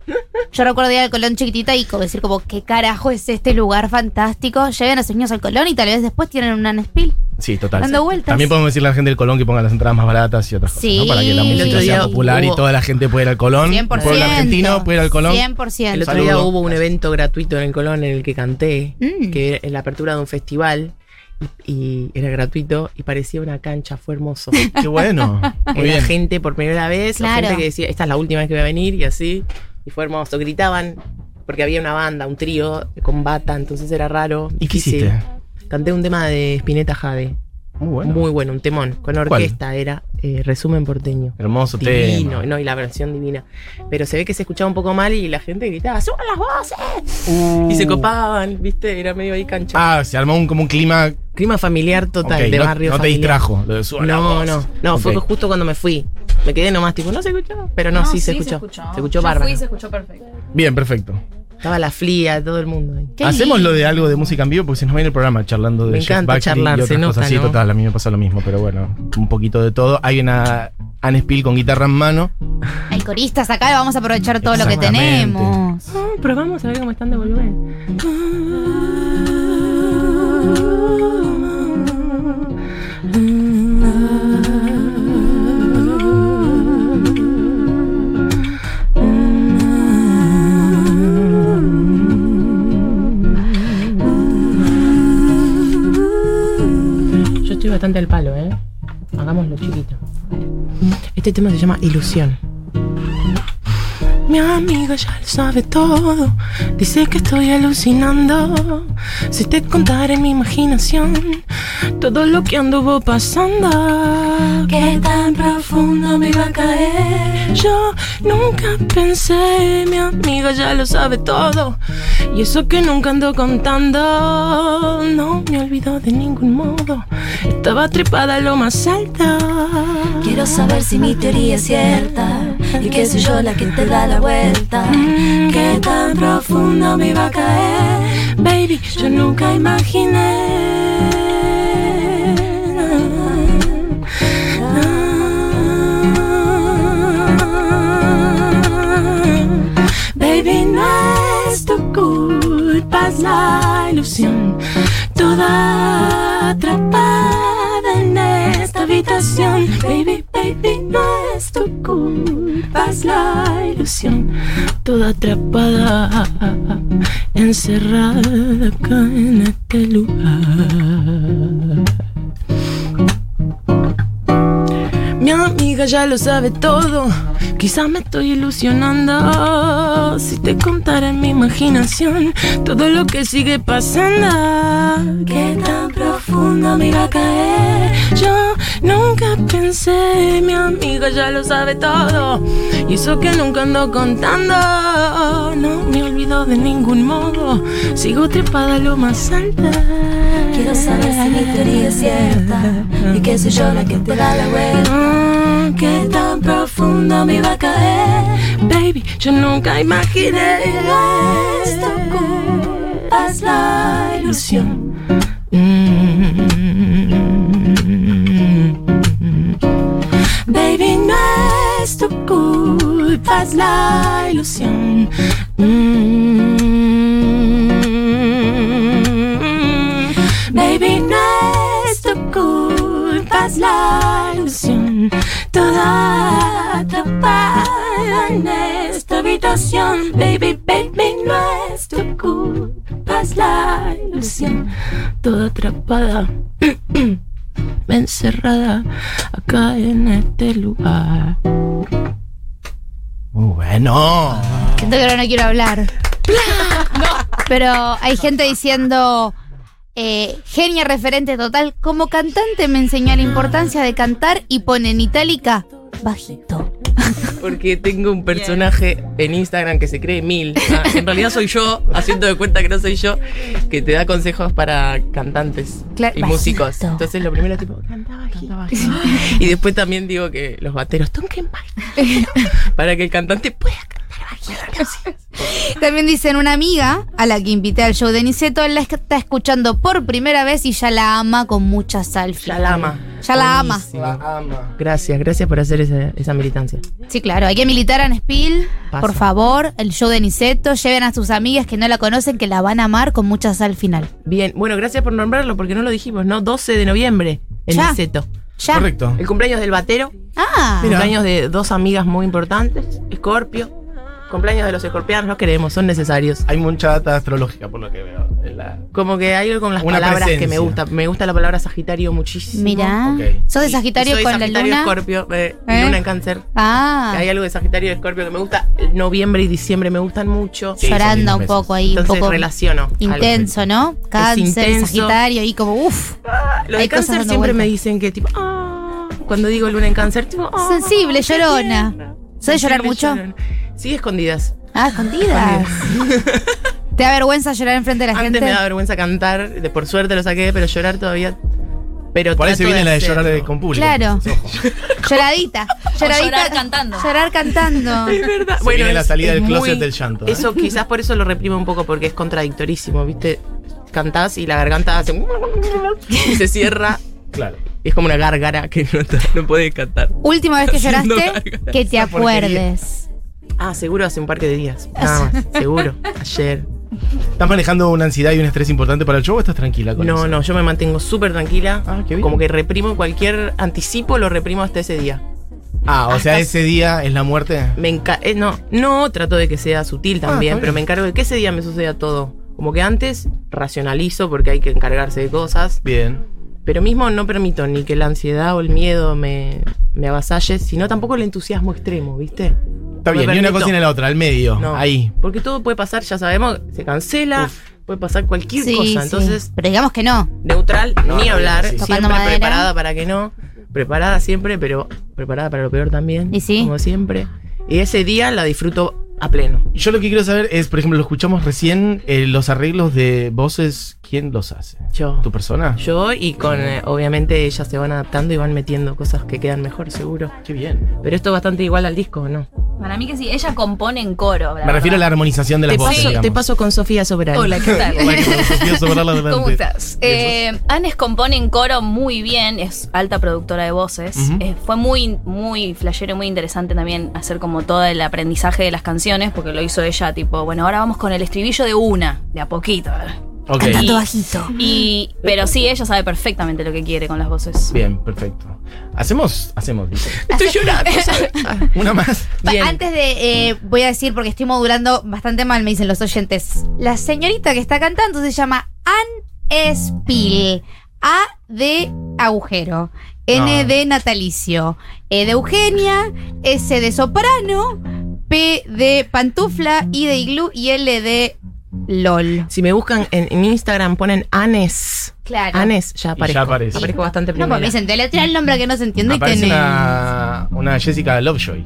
Speaker 4: Yo recuerdo ir al Colón chiquitita y como decir como, ¿qué carajo es este lugar fantástico? Lleven a sus niños al Colón y tal vez después tienen un Anespil.
Speaker 2: Sí, total.
Speaker 4: Dando vueltas.
Speaker 2: También podemos decirle a la gente del Colón que ponga las entradas más baratas y otras cosas,
Speaker 4: Sí.
Speaker 2: ¿no? Para que la
Speaker 4: El otro
Speaker 2: música sea
Speaker 3: día
Speaker 2: popular y
Speaker 3: hubo-
Speaker 2: toda la gente pueda ir al Colón.
Speaker 4: 100%.
Speaker 2: El pueblo argentino puede ir al Colón.
Speaker 4: 100%.
Speaker 3: El otro día
Speaker 2: Saludo.
Speaker 3: hubo un evento gratuito en el Colón en el que canté,
Speaker 4: Mm.
Speaker 3: que era la apertura de un festival y, y era gratuito y parecía una cancha, fue hermoso.
Speaker 2: Qué bueno. Muy
Speaker 3: Era
Speaker 2: bien.
Speaker 3: gente por primera vez, o
Speaker 4: Claro.
Speaker 3: gente que decía, esta es la última vez que voy a venir y así, y fue hermoso. Gritaban porque había una banda, un trío con bata, entonces era raro.
Speaker 2: ¿Y qué
Speaker 3: difícil.
Speaker 2: hiciste?
Speaker 3: Canté un tema de Spinetta Jade.
Speaker 2: Muy bueno.
Speaker 3: Muy bueno, un temón. Con orquesta era eh, Resumen Porteño.
Speaker 2: Hermoso
Speaker 3: Divino,
Speaker 2: tema.
Speaker 3: no, y la versión divina. Pero se ve que se escuchaba un poco mal y la gente gritaba, ¡suban las voces!
Speaker 2: Uh.
Speaker 3: Y se copaban, ¿viste? Era medio ahí cancha.
Speaker 2: Ah, se armó un, como un clima.
Speaker 3: Clima familiar total,
Speaker 2: ok,
Speaker 3: de
Speaker 2: no,
Speaker 3: barrio
Speaker 2: No te
Speaker 3: familiar.
Speaker 2: distrajo. Lo de suba la
Speaker 3: No,
Speaker 2: voz.
Speaker 3: no, no, fue
Speaker 2: Ok.
Speaker 3: justo cuando me fui. Me quedé nomás, tipo, no se escuchó. Pero no, sí, se, escuchó. Se escuchó
Speaker 5: Yo
Speaker 3: bárbaro.
Speaker 5: fui y se escuchó perfecto.
Speaker 2: Bien, perfecto.
Speaker 3: Estaba la fría, todo el mundo ahí.
Speaker 4: Qué
Speaker 2: Hacemos
Speaker 4: lindo.
Speaker 2: lo de algo de música en vivo porque se nos viene el programa charlando de
Speaker 3: Me
Speaker 2: Jeff
Speaker 3: encanta
Speaker 2: Buckley
Speaker 3: charlar,
Speaker 2: y
Speaker 3: se
Speaker 2: otras cosas
Speaker 3: nota,
Speaker 2: así,
Speaker 3: ¿no?
Speaker 2: total, a mí me pasa lo mismo, pero bueno, un poquito de todo. Hay una Anne Spill con guitarra en mano.
Speaker 4: Hay coristas acá, vamos a aprovechar todo lo que
Speaker 2: Exactamente.
Speaker 4: tenemos.
Speaker 3: No, probamos a ver cómo están de volumen. Yo estoy bastante al palo, ¿eh? Hagámoslo chiquito. Este tema se llama Ilusión. Mi amiga ya lo sabe todo. Dice que estoy alucinando. Si te contara en mi imaginación todo lo que anduvo pasando. Qué tan profundo me iba a caer. Yo nunca pensé, mi amiga ya lo sabe todo. Y eso que nunca ando contando. No me olvidó de ningún modo. Estaba trepada a lo más alto.
Speaker 6: Quiero saber si mi teoría es cierta y que soy yo la que te da la vuelta. Qué tan profundo me iba a caer, baby, yo nunca imaginé. Baby, no es tu culpa, es la ilusión. Toda atrapada en esta habitación. Baby, baby, no es tu culpa, es la ilusión. Toda atrapada, encerrada acá en este lugar. Mi amiga ya lo sabe todo. Quizás me estoy ilusionando. Si te contara en mi imaginación todo lo que sigue pasando. Qué tan profundo me iba a caer.
Speaker 3: Yo nunca pensé, mi amiga ya lo sabe todo. Y eso que nunca ando contando. No me olvido de ningún modo. Sigo trepada a lo más alta.
Speaker 6: Quiero saber si mi teoría es cierta y que soy yo la que te da la vuelta. Mm,
Speaker 3: Ah,
Speaker 6: Qué tan profundo me iba a caer.
Speaker 3: Baby, yo nunca imaginé
Speaker 6: Esto culpa es la ilusión. Mm.
Speaker 3: Baby, no es tu culpa, es la ilusión. Mm. Baby, no es tu culpa, es la ilusión. Toda atrapada en esta habitación. Baby, baby, no es tu culpa, es la ilusión. Toda atrapada encerrada acá en este lugar.
Speaker 2: Muy bueno.
Speaker 4: Siento que ahora no quiero hablar. Pero hay gente diciendo, eh, genia referente total, como cantante me enseñó la importancia de cantar y pone en itálica bajito.
Speaker 3: Porque tengo un personaje en Instagram que se cree mil. Ah, en realidad soy yo, haciendo de cuenta que no soy yo, que te da consejos para cantantes
Speaker 4: Claro,
Speaker 3: y
Speaker 4: bajito.
Speaker 3: músicos. Entonces lo primero es tipo, canta bajito, bajito. Y después también digo que los bateros toquen bajito para que el cantante pueda cantar bajito.
Speaker 4: También dicen una amiga a la que invité al show de Niceto, la está escuchando por primera vez y ya la ama con mucha sal.
Speaker 3: Ya la ama.
Speaker 4: Ya la ama.
Speaker 3: Buenísimo. Gracias, gracias por hacer esa, esa militancia.
Speaker 4: Sí, claro, hay que militar a Spill.
Speaker 3: Pasa.
Speaker 4: Por favor, el show de Niceto, lleven a sus amigas que no la conocen, que la van a amar con mucha sal al final.
Speaker 3: Bien, bueno, gracias por nombrarlo porque no lo dijimos, ¿no? 12 de noviembre en
Speaker 4: Ya.
Speaker 3: Niceto.
Speaker 4: Ya.
Speaker 2: Correcto.
Speaker 3: El cumpleaños del batero,
Speaker 4: Ah,
Speaker 2: Mira.
Speaker 3: cumpleaños de dos amigas muy importantes, Scorpio, Cumpleaños de los escorpianos los queremos, son necesarios.
Speaker 2: Hay mucha data astrológica por lo que veo. en la-
Speaker 3: Como que hay algo con las
Speaker 2: Una
Speaker 3: palabras que me
Speaker 2: presencia.
Speaker 3: gusta. Me gusta la palabra Sagitario muchísimo.
Speaker 4: Mirá.
Speaker 2: Ok.
Speaker 4: ¿Sos de
Speaker 3: Y-
Speaker 4: Sagitario
Speaker 3: soy
Speaker 4: con
Speaker 3: Sagitario,
Speaker 4: la luna?
Speaker 3: Escorpio, eh,
Speaker 4: ¿Eh?
Speaker 3: Luna en cáncer.
Speaker 4: ah,
Speaker 3: Hay algo de Sagitario y Escorpio que me gusta. Noviembre y diciembre me gustan mucho.
Speaker 2: Sí, son
Speaker 4: llorando
Speaker 2: lindos
Speaker 4: un
Speaker 2: meses.
Speaker 4: poco ahí, un
Speaker 3: Entonces
Speaker 4: poco
Speaker 3: relaciono. algo.
Speaker 4: intenso, ¿no? Cáncer,
Speaker 3: intenso.
Speaker 4: Sagitario y como, uff,
Speaker 3: Ah, Lo de
Speaker 4: Hay cosas
Speaker 3: cáncer
Speaker 4: dando
Speaker 3: siempre
Speaker 4: vuelta.
Speaker 3: me dicen que tipo, "Ah", cuando digo luna en cáncer, tipo, "Ah,
Speaker 4: Sensible,
Speaker 3: qué
Speaker 4: llorona.
Speaker 3: tierna".
Speaker 4: ¿Sabes llorar
Speaker 3: Sensible,
Speaker 4: mucho?
Speaker 3: llorona. Sí, escondidas.
Speaker 4: ah, escondidas. ¿Te da vergüenza llorar enfrente de la
Speaker 3: Antes
Speaker 4: gente?
Speaker 3: me daba vergüenza cantar, de por suerte lo saqué, pero llorar todavía. Pero
Speaker 2: Por ahí se
Speaker 3: trato
Speaker 2: viene la de
Speaker 3: hacerlo.
Speaker 2: llorar de- con público.
Speaker 4: Claro.
Speaker 2: Ojo.
Speaker 4: Lloradita. Lloradita.
Speaker 5: llorar cantando.
Speaker 4: Llorar cantando.
Speaker 3: Es verdad.
Speaker 2: Se viene la salida del closet del llanto, ¿eh?
Speaker 3: Eso quizás por eso lo reprimo un poco, porque es contradictorísimo, ¿viste? Cantás y la garganta hace. y se cierra.
Speaker 2: Claro.
Speaker 3: Y es como una gárgara que no, está- no puede cantar.
Speaker 4: Última vez que
Speaker 3: Haciendo
Speaker 4: lloraste,
Speaker 3: gárgaras.
Speaker 4: que te
Speaker 2: Esa porquería.
Speaker 4: acuerdes.
Speaker 3: Ah, seguro hace un par de días. Nada más, seguro. Ayer.
Speaker 2: ¿Estás manejando una ansiedad y un estrés importante para el show o estás tranquila con
Speaker 3: No,
Speaker 2: eso?
Speaker 3: no, yo me mantengo súper tranquila.
Speaker 2: Ah, qué bien.
Speaker 3: Como que reprimo cualquier anticipo, lo reprimo hasta ese día.
Speaker 2: Ah, o sea,
Speaker 3: Hasta-
Speaker 2: ese día es la muerte.
Speaker 3: Me enca- eh, no, no trato de que sea sutil también,
Speaker 2: Ah, está
Speaker 3: pero
Speaker 2: bien.
Speaker 3: me encargo de que ese día me suceda todo. Como que antes racionalizo porque hay que encargarse de cosas,
Speaker 2: Bien.
Speaker 3: pero mismo no permito ni que la ansiedad o el miedo me, me avasalle, sino tampoco el entusiasmo extremo, ¿viste?
Speaker 2: Está
Speaker 3: Me
Speaker 2: bien, ni una
Speaker 3: permito.
Speaker 2: cosa ni la otra, al medio.
Speaker 3: No.
Speaker 2: Ahí.
Speaker 3: Porque todo puede pasar, ya sabemos, se cancela, puede pasar cualquier
Speaker 4: Sí,
Speaker 3: cosa.
Speaker 4: sí.
Speaker 3: Entonces,
Speaker 4: Pero digamos que no.
Speaker 3: neutral,
Speaker 2: No,
Speaker 3: ni
Speaker 2: no,
Speaker 3: hablar,
Speaker 2: sí, sí.
Speaker 3: siempre
Speaker 4: Tocando madera.
Speaker 3: preparada para que no, preparada siempre, pero preparada para lo peor también,
Speaker 4: Y sí.
Speaker 3: como siempre. Y ese día la disfruto a pleno.
Speaker 2: Yo lo que quiero saber es, por ejemplo, lo escuchamos recién, eh, los arreglos de voces, ¿quién los hace?
Speaker 3: Yo.
Speaker 2: ¿Tu persona?
Speaker 3: Yo y con, eh, obviamente ellas se van adaptando y van metiendo cosas que quedan mejor, seguro.
Speaker 2: Qué bien.
Speaker 3: Pero esto es bastante igual al disco, ¿o ¿no?
Speaker 5: Para mí que sí, ella compone en coro.
Speaker 2: Me refiero a la armonización de las
Speaker 3: Te
Speaker 2: voces.
Speaker 3: paso,
Speaker 2: digamos.
Speaker 3: te paso con Sofía Sobral.
Speaker 5: Hola, ¿qué tal?
Speaker 2: Hola, ¿qué tal? Sofía Sobral, adelante.
Speaker 5: ¿Cómo estás?
Speaker 2: Bien,
Speaker 5: Eh, Anes compone en coro muy bien, es alta productora de voces.
Speaker 2: Ujú.
Speaker 5: Eh, fue muy, muy flashero y muy interesante también hacer como todo el aprendizaje de las canciones, porque lo hizo ella, tipo, bueno, ahora vamos con el estribillo de una, de a poquito.
Speaker 2: Ok,
Speaker 4: Cantando bajito.
Speaker 5: Y, pero sí, ella sabe perfectamente lo que quiere con las voces.
Speaker 2: bien, perfecto. Hacemos, hacemos, dice.
Speaker 3: Estoy llorando. ¿sabes? Ah,
Speaker 2: Una más.
Speaker 4: Pa-
Speaker 3: bien.
Speaker 4: Antes de, eh, voy a decir, porque estoy modulando bastante mal, me dicen los oyentes. La señorita que está cantando se llama Ann Spill. A de agujero. N
Speaker 2: Ah.
Speaker 4: de natalicio. E de Eugenia. S de soprano. P de pantufla. I de iglú. Y L de LOL.
Speaker 3: Si me buscan en, en Instagram, ponen Anes.
Speaker 4: Claro.
Speaker 3: Anes, ya aparezco.
Speaker 2: aparece.
Speaker 3: Aparezco bastante
Speaker 4: No,
Speaker 3: primero.
Speaker 4: porque me dicen, deletrea el nombre que no se entiende y
Speaker 2: Aparece
Speaker 4: tenés.
Speaker 2: una, una Jessica Lovejoy.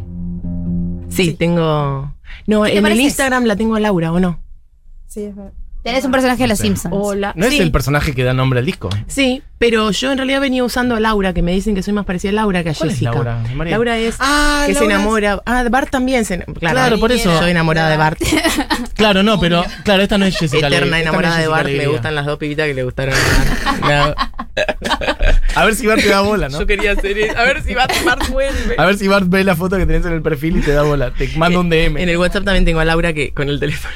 Speaker 3: Sí, tengo. No,
Speaker 4: ¿Qué te
Speaker 3: en el
Speaker 4: pareces?
Speaker 3: Instagram la tengo a Laura, ¿o no?
Speaker 4: Tenés un personaje de los Simpsons.
Speaker 3: Hola.
Speaker 2: ¿No
Speaker 3: sí,
Speaker 2: es el personaje que da nombre al disco?
Speaker 3: sí, pero yo en realidad venía usando a Laura, que me dicen que soy más parecida a Laura que a
Speaker 2: ¿Cuál es
Speaker 3: Jessica.
Speaker 2: Laura? María.
Speaker 3: Laura es
Speaker 2: Ah,
Speaker 3: que se
Speaker 2: Laura es-
Speaker 3: enamora. Ah, de Bart también se Claro,
Speaker 2: Claro, por eso.
Speaker 3: Soy enamorada de Bart.
Speaker 2: Claro, no, pero claro, esta no es Jessica Lovejoy, esta no
Speaker 3: Eterna
Speaker 2: es
Speaker 3: enamorada de
Speaker 2: Jessica
Speaker 3: Bart. Me
Speaker 2: Alegría.
Speaker 3: gustan las dos pibitas que le gustaron a Bart.
Speaker 2: A ver si Bart te da bola, ¿no?
Speaker 3: Yo quería hacer eso. A ver si Bart, Bart vuelve.
Speaker 2: A ver si Bart ve la foto que tenés en el perfil y te da bola. Te mando un DM.
Speaker 3: En el WhatsApp también tengo a Laura que con el teléfono.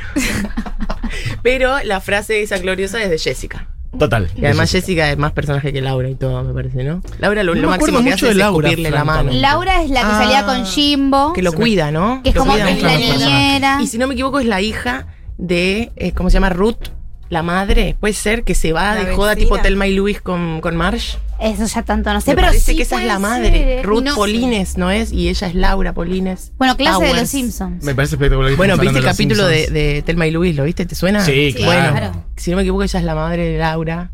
Speaker 3: Pero la frase esa gloriosa es de Jessica.
Speaker 2: Total.
Speaker 3: Y además Jessica es más personaje que Laura y todo, me parece, ¿no? Laura lo,
Speaker 2: No
Speaker 3: lo
Speaker 2: me acuerdo
Speaker 3: máximo que
Speaker 2: mucho
Speaker 3: hace
Speaker 2: de
Speaker 3: es
Speaker 2: Laura,
Speaker 3: escupirle la mano.
Speaker 2: francamente.
Speaker 4: Laura es la que
Speaker 3: Ah.
Speaker 4: salía con Jimbo.
Speaker 3: Que lo cuida, ¿no?
Speaker 4: que es
Speaker 3: Lo
Speaker 4: como
Speaker 3: cuida
Speaker 4: que es
Speaker 3: mucho
Speaker 4: la
Speaker 3: a las personas.
Speaker 4: niñera.
Speaker 3: Y si no me equivoco es la hija de, eh, ¿cómo se llama? Ruth, la madre. Puede ser que se va
Speaker 7: La
Speaker 3: de joda
Speaker 7: vecina.
Speaker 3: tipo Telma y Luis con, con Marsh.
Speaker 4: Eso ya tanto no sé,
Speaker 3: Me
Speaker 4: pero
Speaker 3: parece
Speaker 4: sí
Speaker 3: que esa es
Speaker 4: puede
Speaker 3: la
Speaker 4: ser,
Speaker 3: madre.
Speaker 4: ¿eh?
Speaker 3: Ruth
Speaker 4: No sé.
Speaker 3: Polines, ¿no es? Y ella es Laura Polines.
Speaker 4: Bueno, clase de
Speaker 3: Powers.
Speaker 4: los Simpsons.
Speaker 2: Me parece espectacular. que
Speaker 3: Bueno,
Speaker 2: estemos
Speaker 3: ¿viste el
Speaker 2: hablando
Speaker 3: capítulo
Speaker 2: los
Speaker 3: de,
Speaker 2: Simpsons.
Speaker 3: de Telma y Luis? ¿Lo viste? ¿Te suena?
Speaker 2: Sí,
Speaker 4: Sí,
Speaker 2: claro.
Speaker 4: claro.
Speaker 3: Si no me equivoco, ella es la madre de Laura,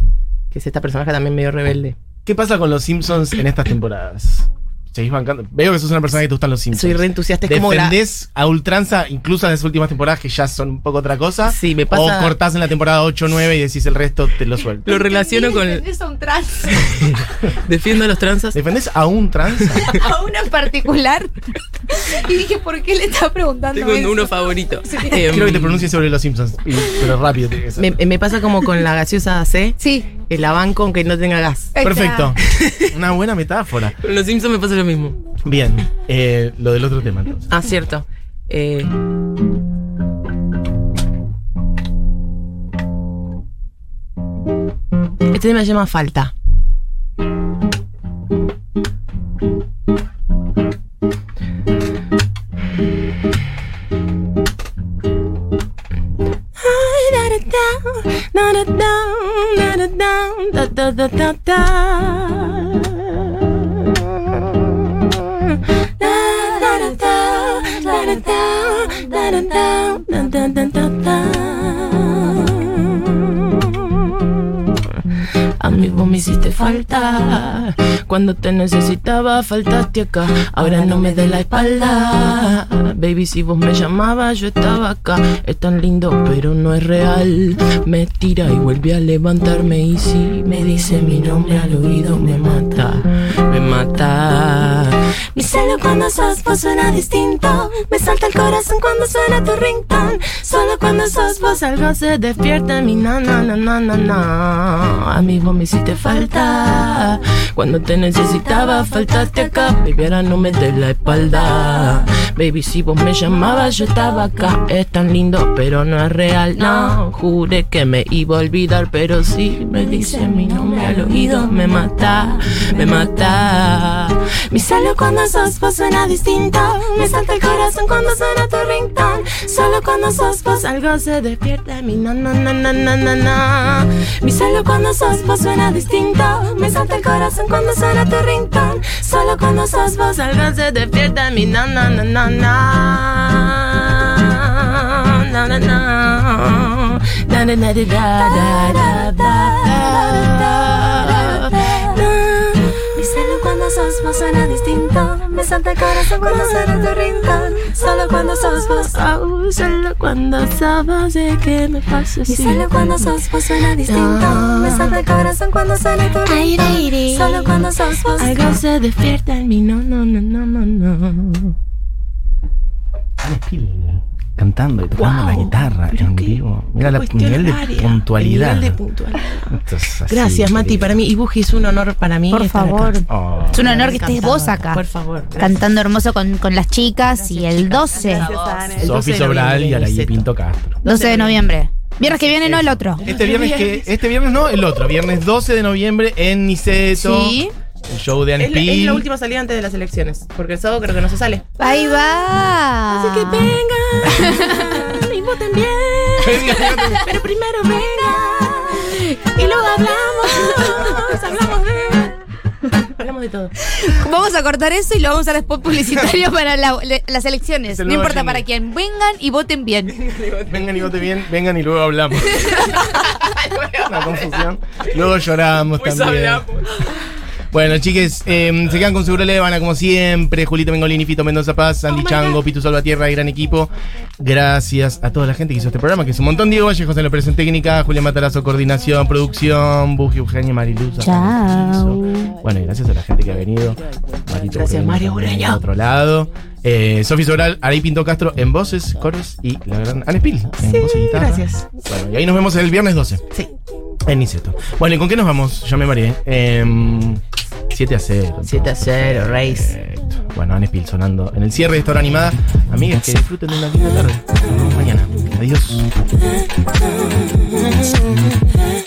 Speaker 3: que es esta personaje también medio rebelde.
Speaker 2: ¿Qué pasa con los Simpsons en estas temporadas? Seguís bancando. Veo que sos una persona que te gustan los Simpsons.
Speaker 3: Soy re entusiasta, es como la...
Speaker 2: ¿Defendés a ultranza, incluso en las últimas temporadas que ya son un poco otra cosa?
Speaker 3: Sí, me pasa-
Speaker 2: O cortás en la temporada 8 9 y decís el resto te lo suelto.
Speaker 3: Lo relaciono con...
Speaker 4: Es un trans.
Speaker 3: Defiendo a los tranzas.
Speaker 2: ¿Defendés a un tranza?
Speaker 4: A uno en particular. Y dije, ¿por qué le está preguntando
Speaker 3: Tengo
Speaker 4: eso?
Speaker 3: uno favorito. Em,
Speaker 2: Quiero que te pronuncies sobre los Simpsons, y- pero rápido. tiene que ser.
Speaker 3: me, Eh, me pasa como con la gaseosa C,
Speaker 4: Sí.
Speaker 3: que la banco aunque no tenga gas.
Speaker 4: ahí está.
Speaker 2: Perfecto. Una buena metáfora.
Speaker 3: Con los Simpsons me pasa lo mismo.
Speaker 2: Bien, eh, lo del otro tema entonces.
Speaker 3: Ah, cierto. Eh, Este tema se llama Falta. da, da, da, da. Da, da, da, da, da, da, da, da, da, da, da, da, da, da. A mí vos me hiciste falta. Cuando te necesitaba, faltaste acá. Ahora no me des la espalda. Baby, si vos me llamabas, yo estaba acá. Es tan lindo, pero no es real. Me tira y vuelve a levantarme. Y si me dice mi nombre al oído, me mata. Me mata.
Speaker 6: Mi celo cuando sos vos suena distinto. Me salta el corazón cuando suena tu ringtone. Solo cuando sos vos.
Speaker 3: Vos algo se despierta en mi na na na na na na. A mí vos me hiciste falta. Cuando te necesitaba, faltaste acá. Baby, ahora no me des la espalda. Baby, si vos me llamabas, yo estaba acá. Es tan lindo, pero no es real. No, juré que me iba a olvidar, pero si me dice mi nombre al oído, me mata, me mata.
Speaker 6: Mi celo cuando sos vos suena distinto. Me salta el corazón cuando suena tu ringtone. Solo cuando sos vos.
Speaker 3: Algo se despierta en mi na na na na na na na.
Speaker 6: Mi celo cuando sos vos suena distinto. Me salta el corazón cuando suena tu ringtone. Solo cuando sos vos.
Speaker 3: Vos algo se despierta en mi na na na na na. Na na na. Na na na da da da da da da.
Speaker 6: Mi celo cuando sos vos suena distinto. Me salta el corazón cuando suena tu ringtone. Solo cuando sos vos.
Speaker 3: Oh, solo cuando sabes de qué me pasa
Speaker 6: Mi
Speaker 3: así.
Speaker 6: celo cuando sos vos suena distinto. Me salta el corazón cuando suena tu ringtone. Solo cuando sos vos.
Speaker 3: Algo se despierta en mí, no, no, no, no, no, no.
Speaker 2: Ah, Cantando y tocando la guitarra en vivo. Mira la
Speaker 3: Cuestión
Speaker 2: nivel de
Speaker 3: horaria,
Speaker 2: puntualidad.
Speaker 3: el nivel de puntualidad.
Speaker 2: Esto es así,
Speaker 3: Gracias, Mati,
Speaker 2: querida.
Speaker 3: para mí. Y Buji es un honor para mí.
Speaker 4: Por
Speaker 3: estar acá.
Speaker 4: favor.
Speaker 2: Oh.
Speaker 3: Ah.
Speaker 4: Es un honor que estés vos acá.
Speaker 3: Por favor.
Speaker 4: Cantando hermoso con, con las chicas y el 12.
Speaker 3: El 12
Speaker 2: Sofi
Speaker 3: de
Speaker 2: Sobral y
Speaker 3: noviembre en el
Speaker 2: Alain
Speaker 3: seto.
Speaker 2: Pinto Castro.
Speaker 4: 12 de noviembre. Viernes que viene, no el otro.
Speaker 2: Este viernes que este viernes no, el otro, viernes 12 de noviembre en Niceto.
Speaker 4: Sí.
Speaker 2: El show de
Speaker 3: Es la, es la
Speaker 2: Anspil.
Speaker 3: última salida antes de las elecciones, porque el sábado creo que no se sale.
Speaker 4: Ahí va.
Speaker 6: Que vengan y voten bien. Pero primero vengan y luego hablamos. Hablamos de.
Speaker 3: Hablamos de todo.
Speaker 4: Vamos a cortar eso y lo vamos a dar spot publicitario para la- le- las elecciones.
Speaker 2: Es el
Speaker 4: No
Speaker 2: nuevo
Speaker 4: importa
Speaker 2: jingle.
Speaker 4: para quién. Vengan y voten bien.
Speaker 2: vengan y voten bien, vengan y luego hablamos. Una confusión. Luego lloramos también. Bueno, chiques, eh, se quedan con Seguro Levana como siempre. Julito Mengolini, Fito Mendoza Paz, Sandy Chango, Pitu Salvatierra, gran equipo. Gracias a toda la gente que hizo este programa, que es un montón. Diego Vallejo en la operación técnica, Julián Matarazo, coordinación, producción, Buji, Eugenia, Mariluz. Chao. Bueno, y gracias a la gente que ha venido. Marito
Speaker 3: Gracias,
Speaker 2: Ureña
Speaker 3: Mario
Speaker 2: también,
Speaker 3: Ureña.
Speaker 2: a Otro lado. Eh, Sofi Sobral, Araí Pinto Castro en voces, coros y la gran Anne Spill en voces y guitarra.
Speaker 3: gracias.
Speaker 2: Bueno, y ahí nos vemos el viernes 12.
Speaker 3: Sí.
Speaker 2: En Niceto. Bueno, ¿y con qué nos vamos? Ya me mareé. Em, 7 a 0.
Speaker 3: 7 a 0, Reis.
Speaker 2: Perfecto. Bueno, Anne Spill sonando en el cierre de esta hora animada. Amigas, que disfruten de una linda tarde. Nos vemos mañana. Adiós.
Speaker 6: Thank you.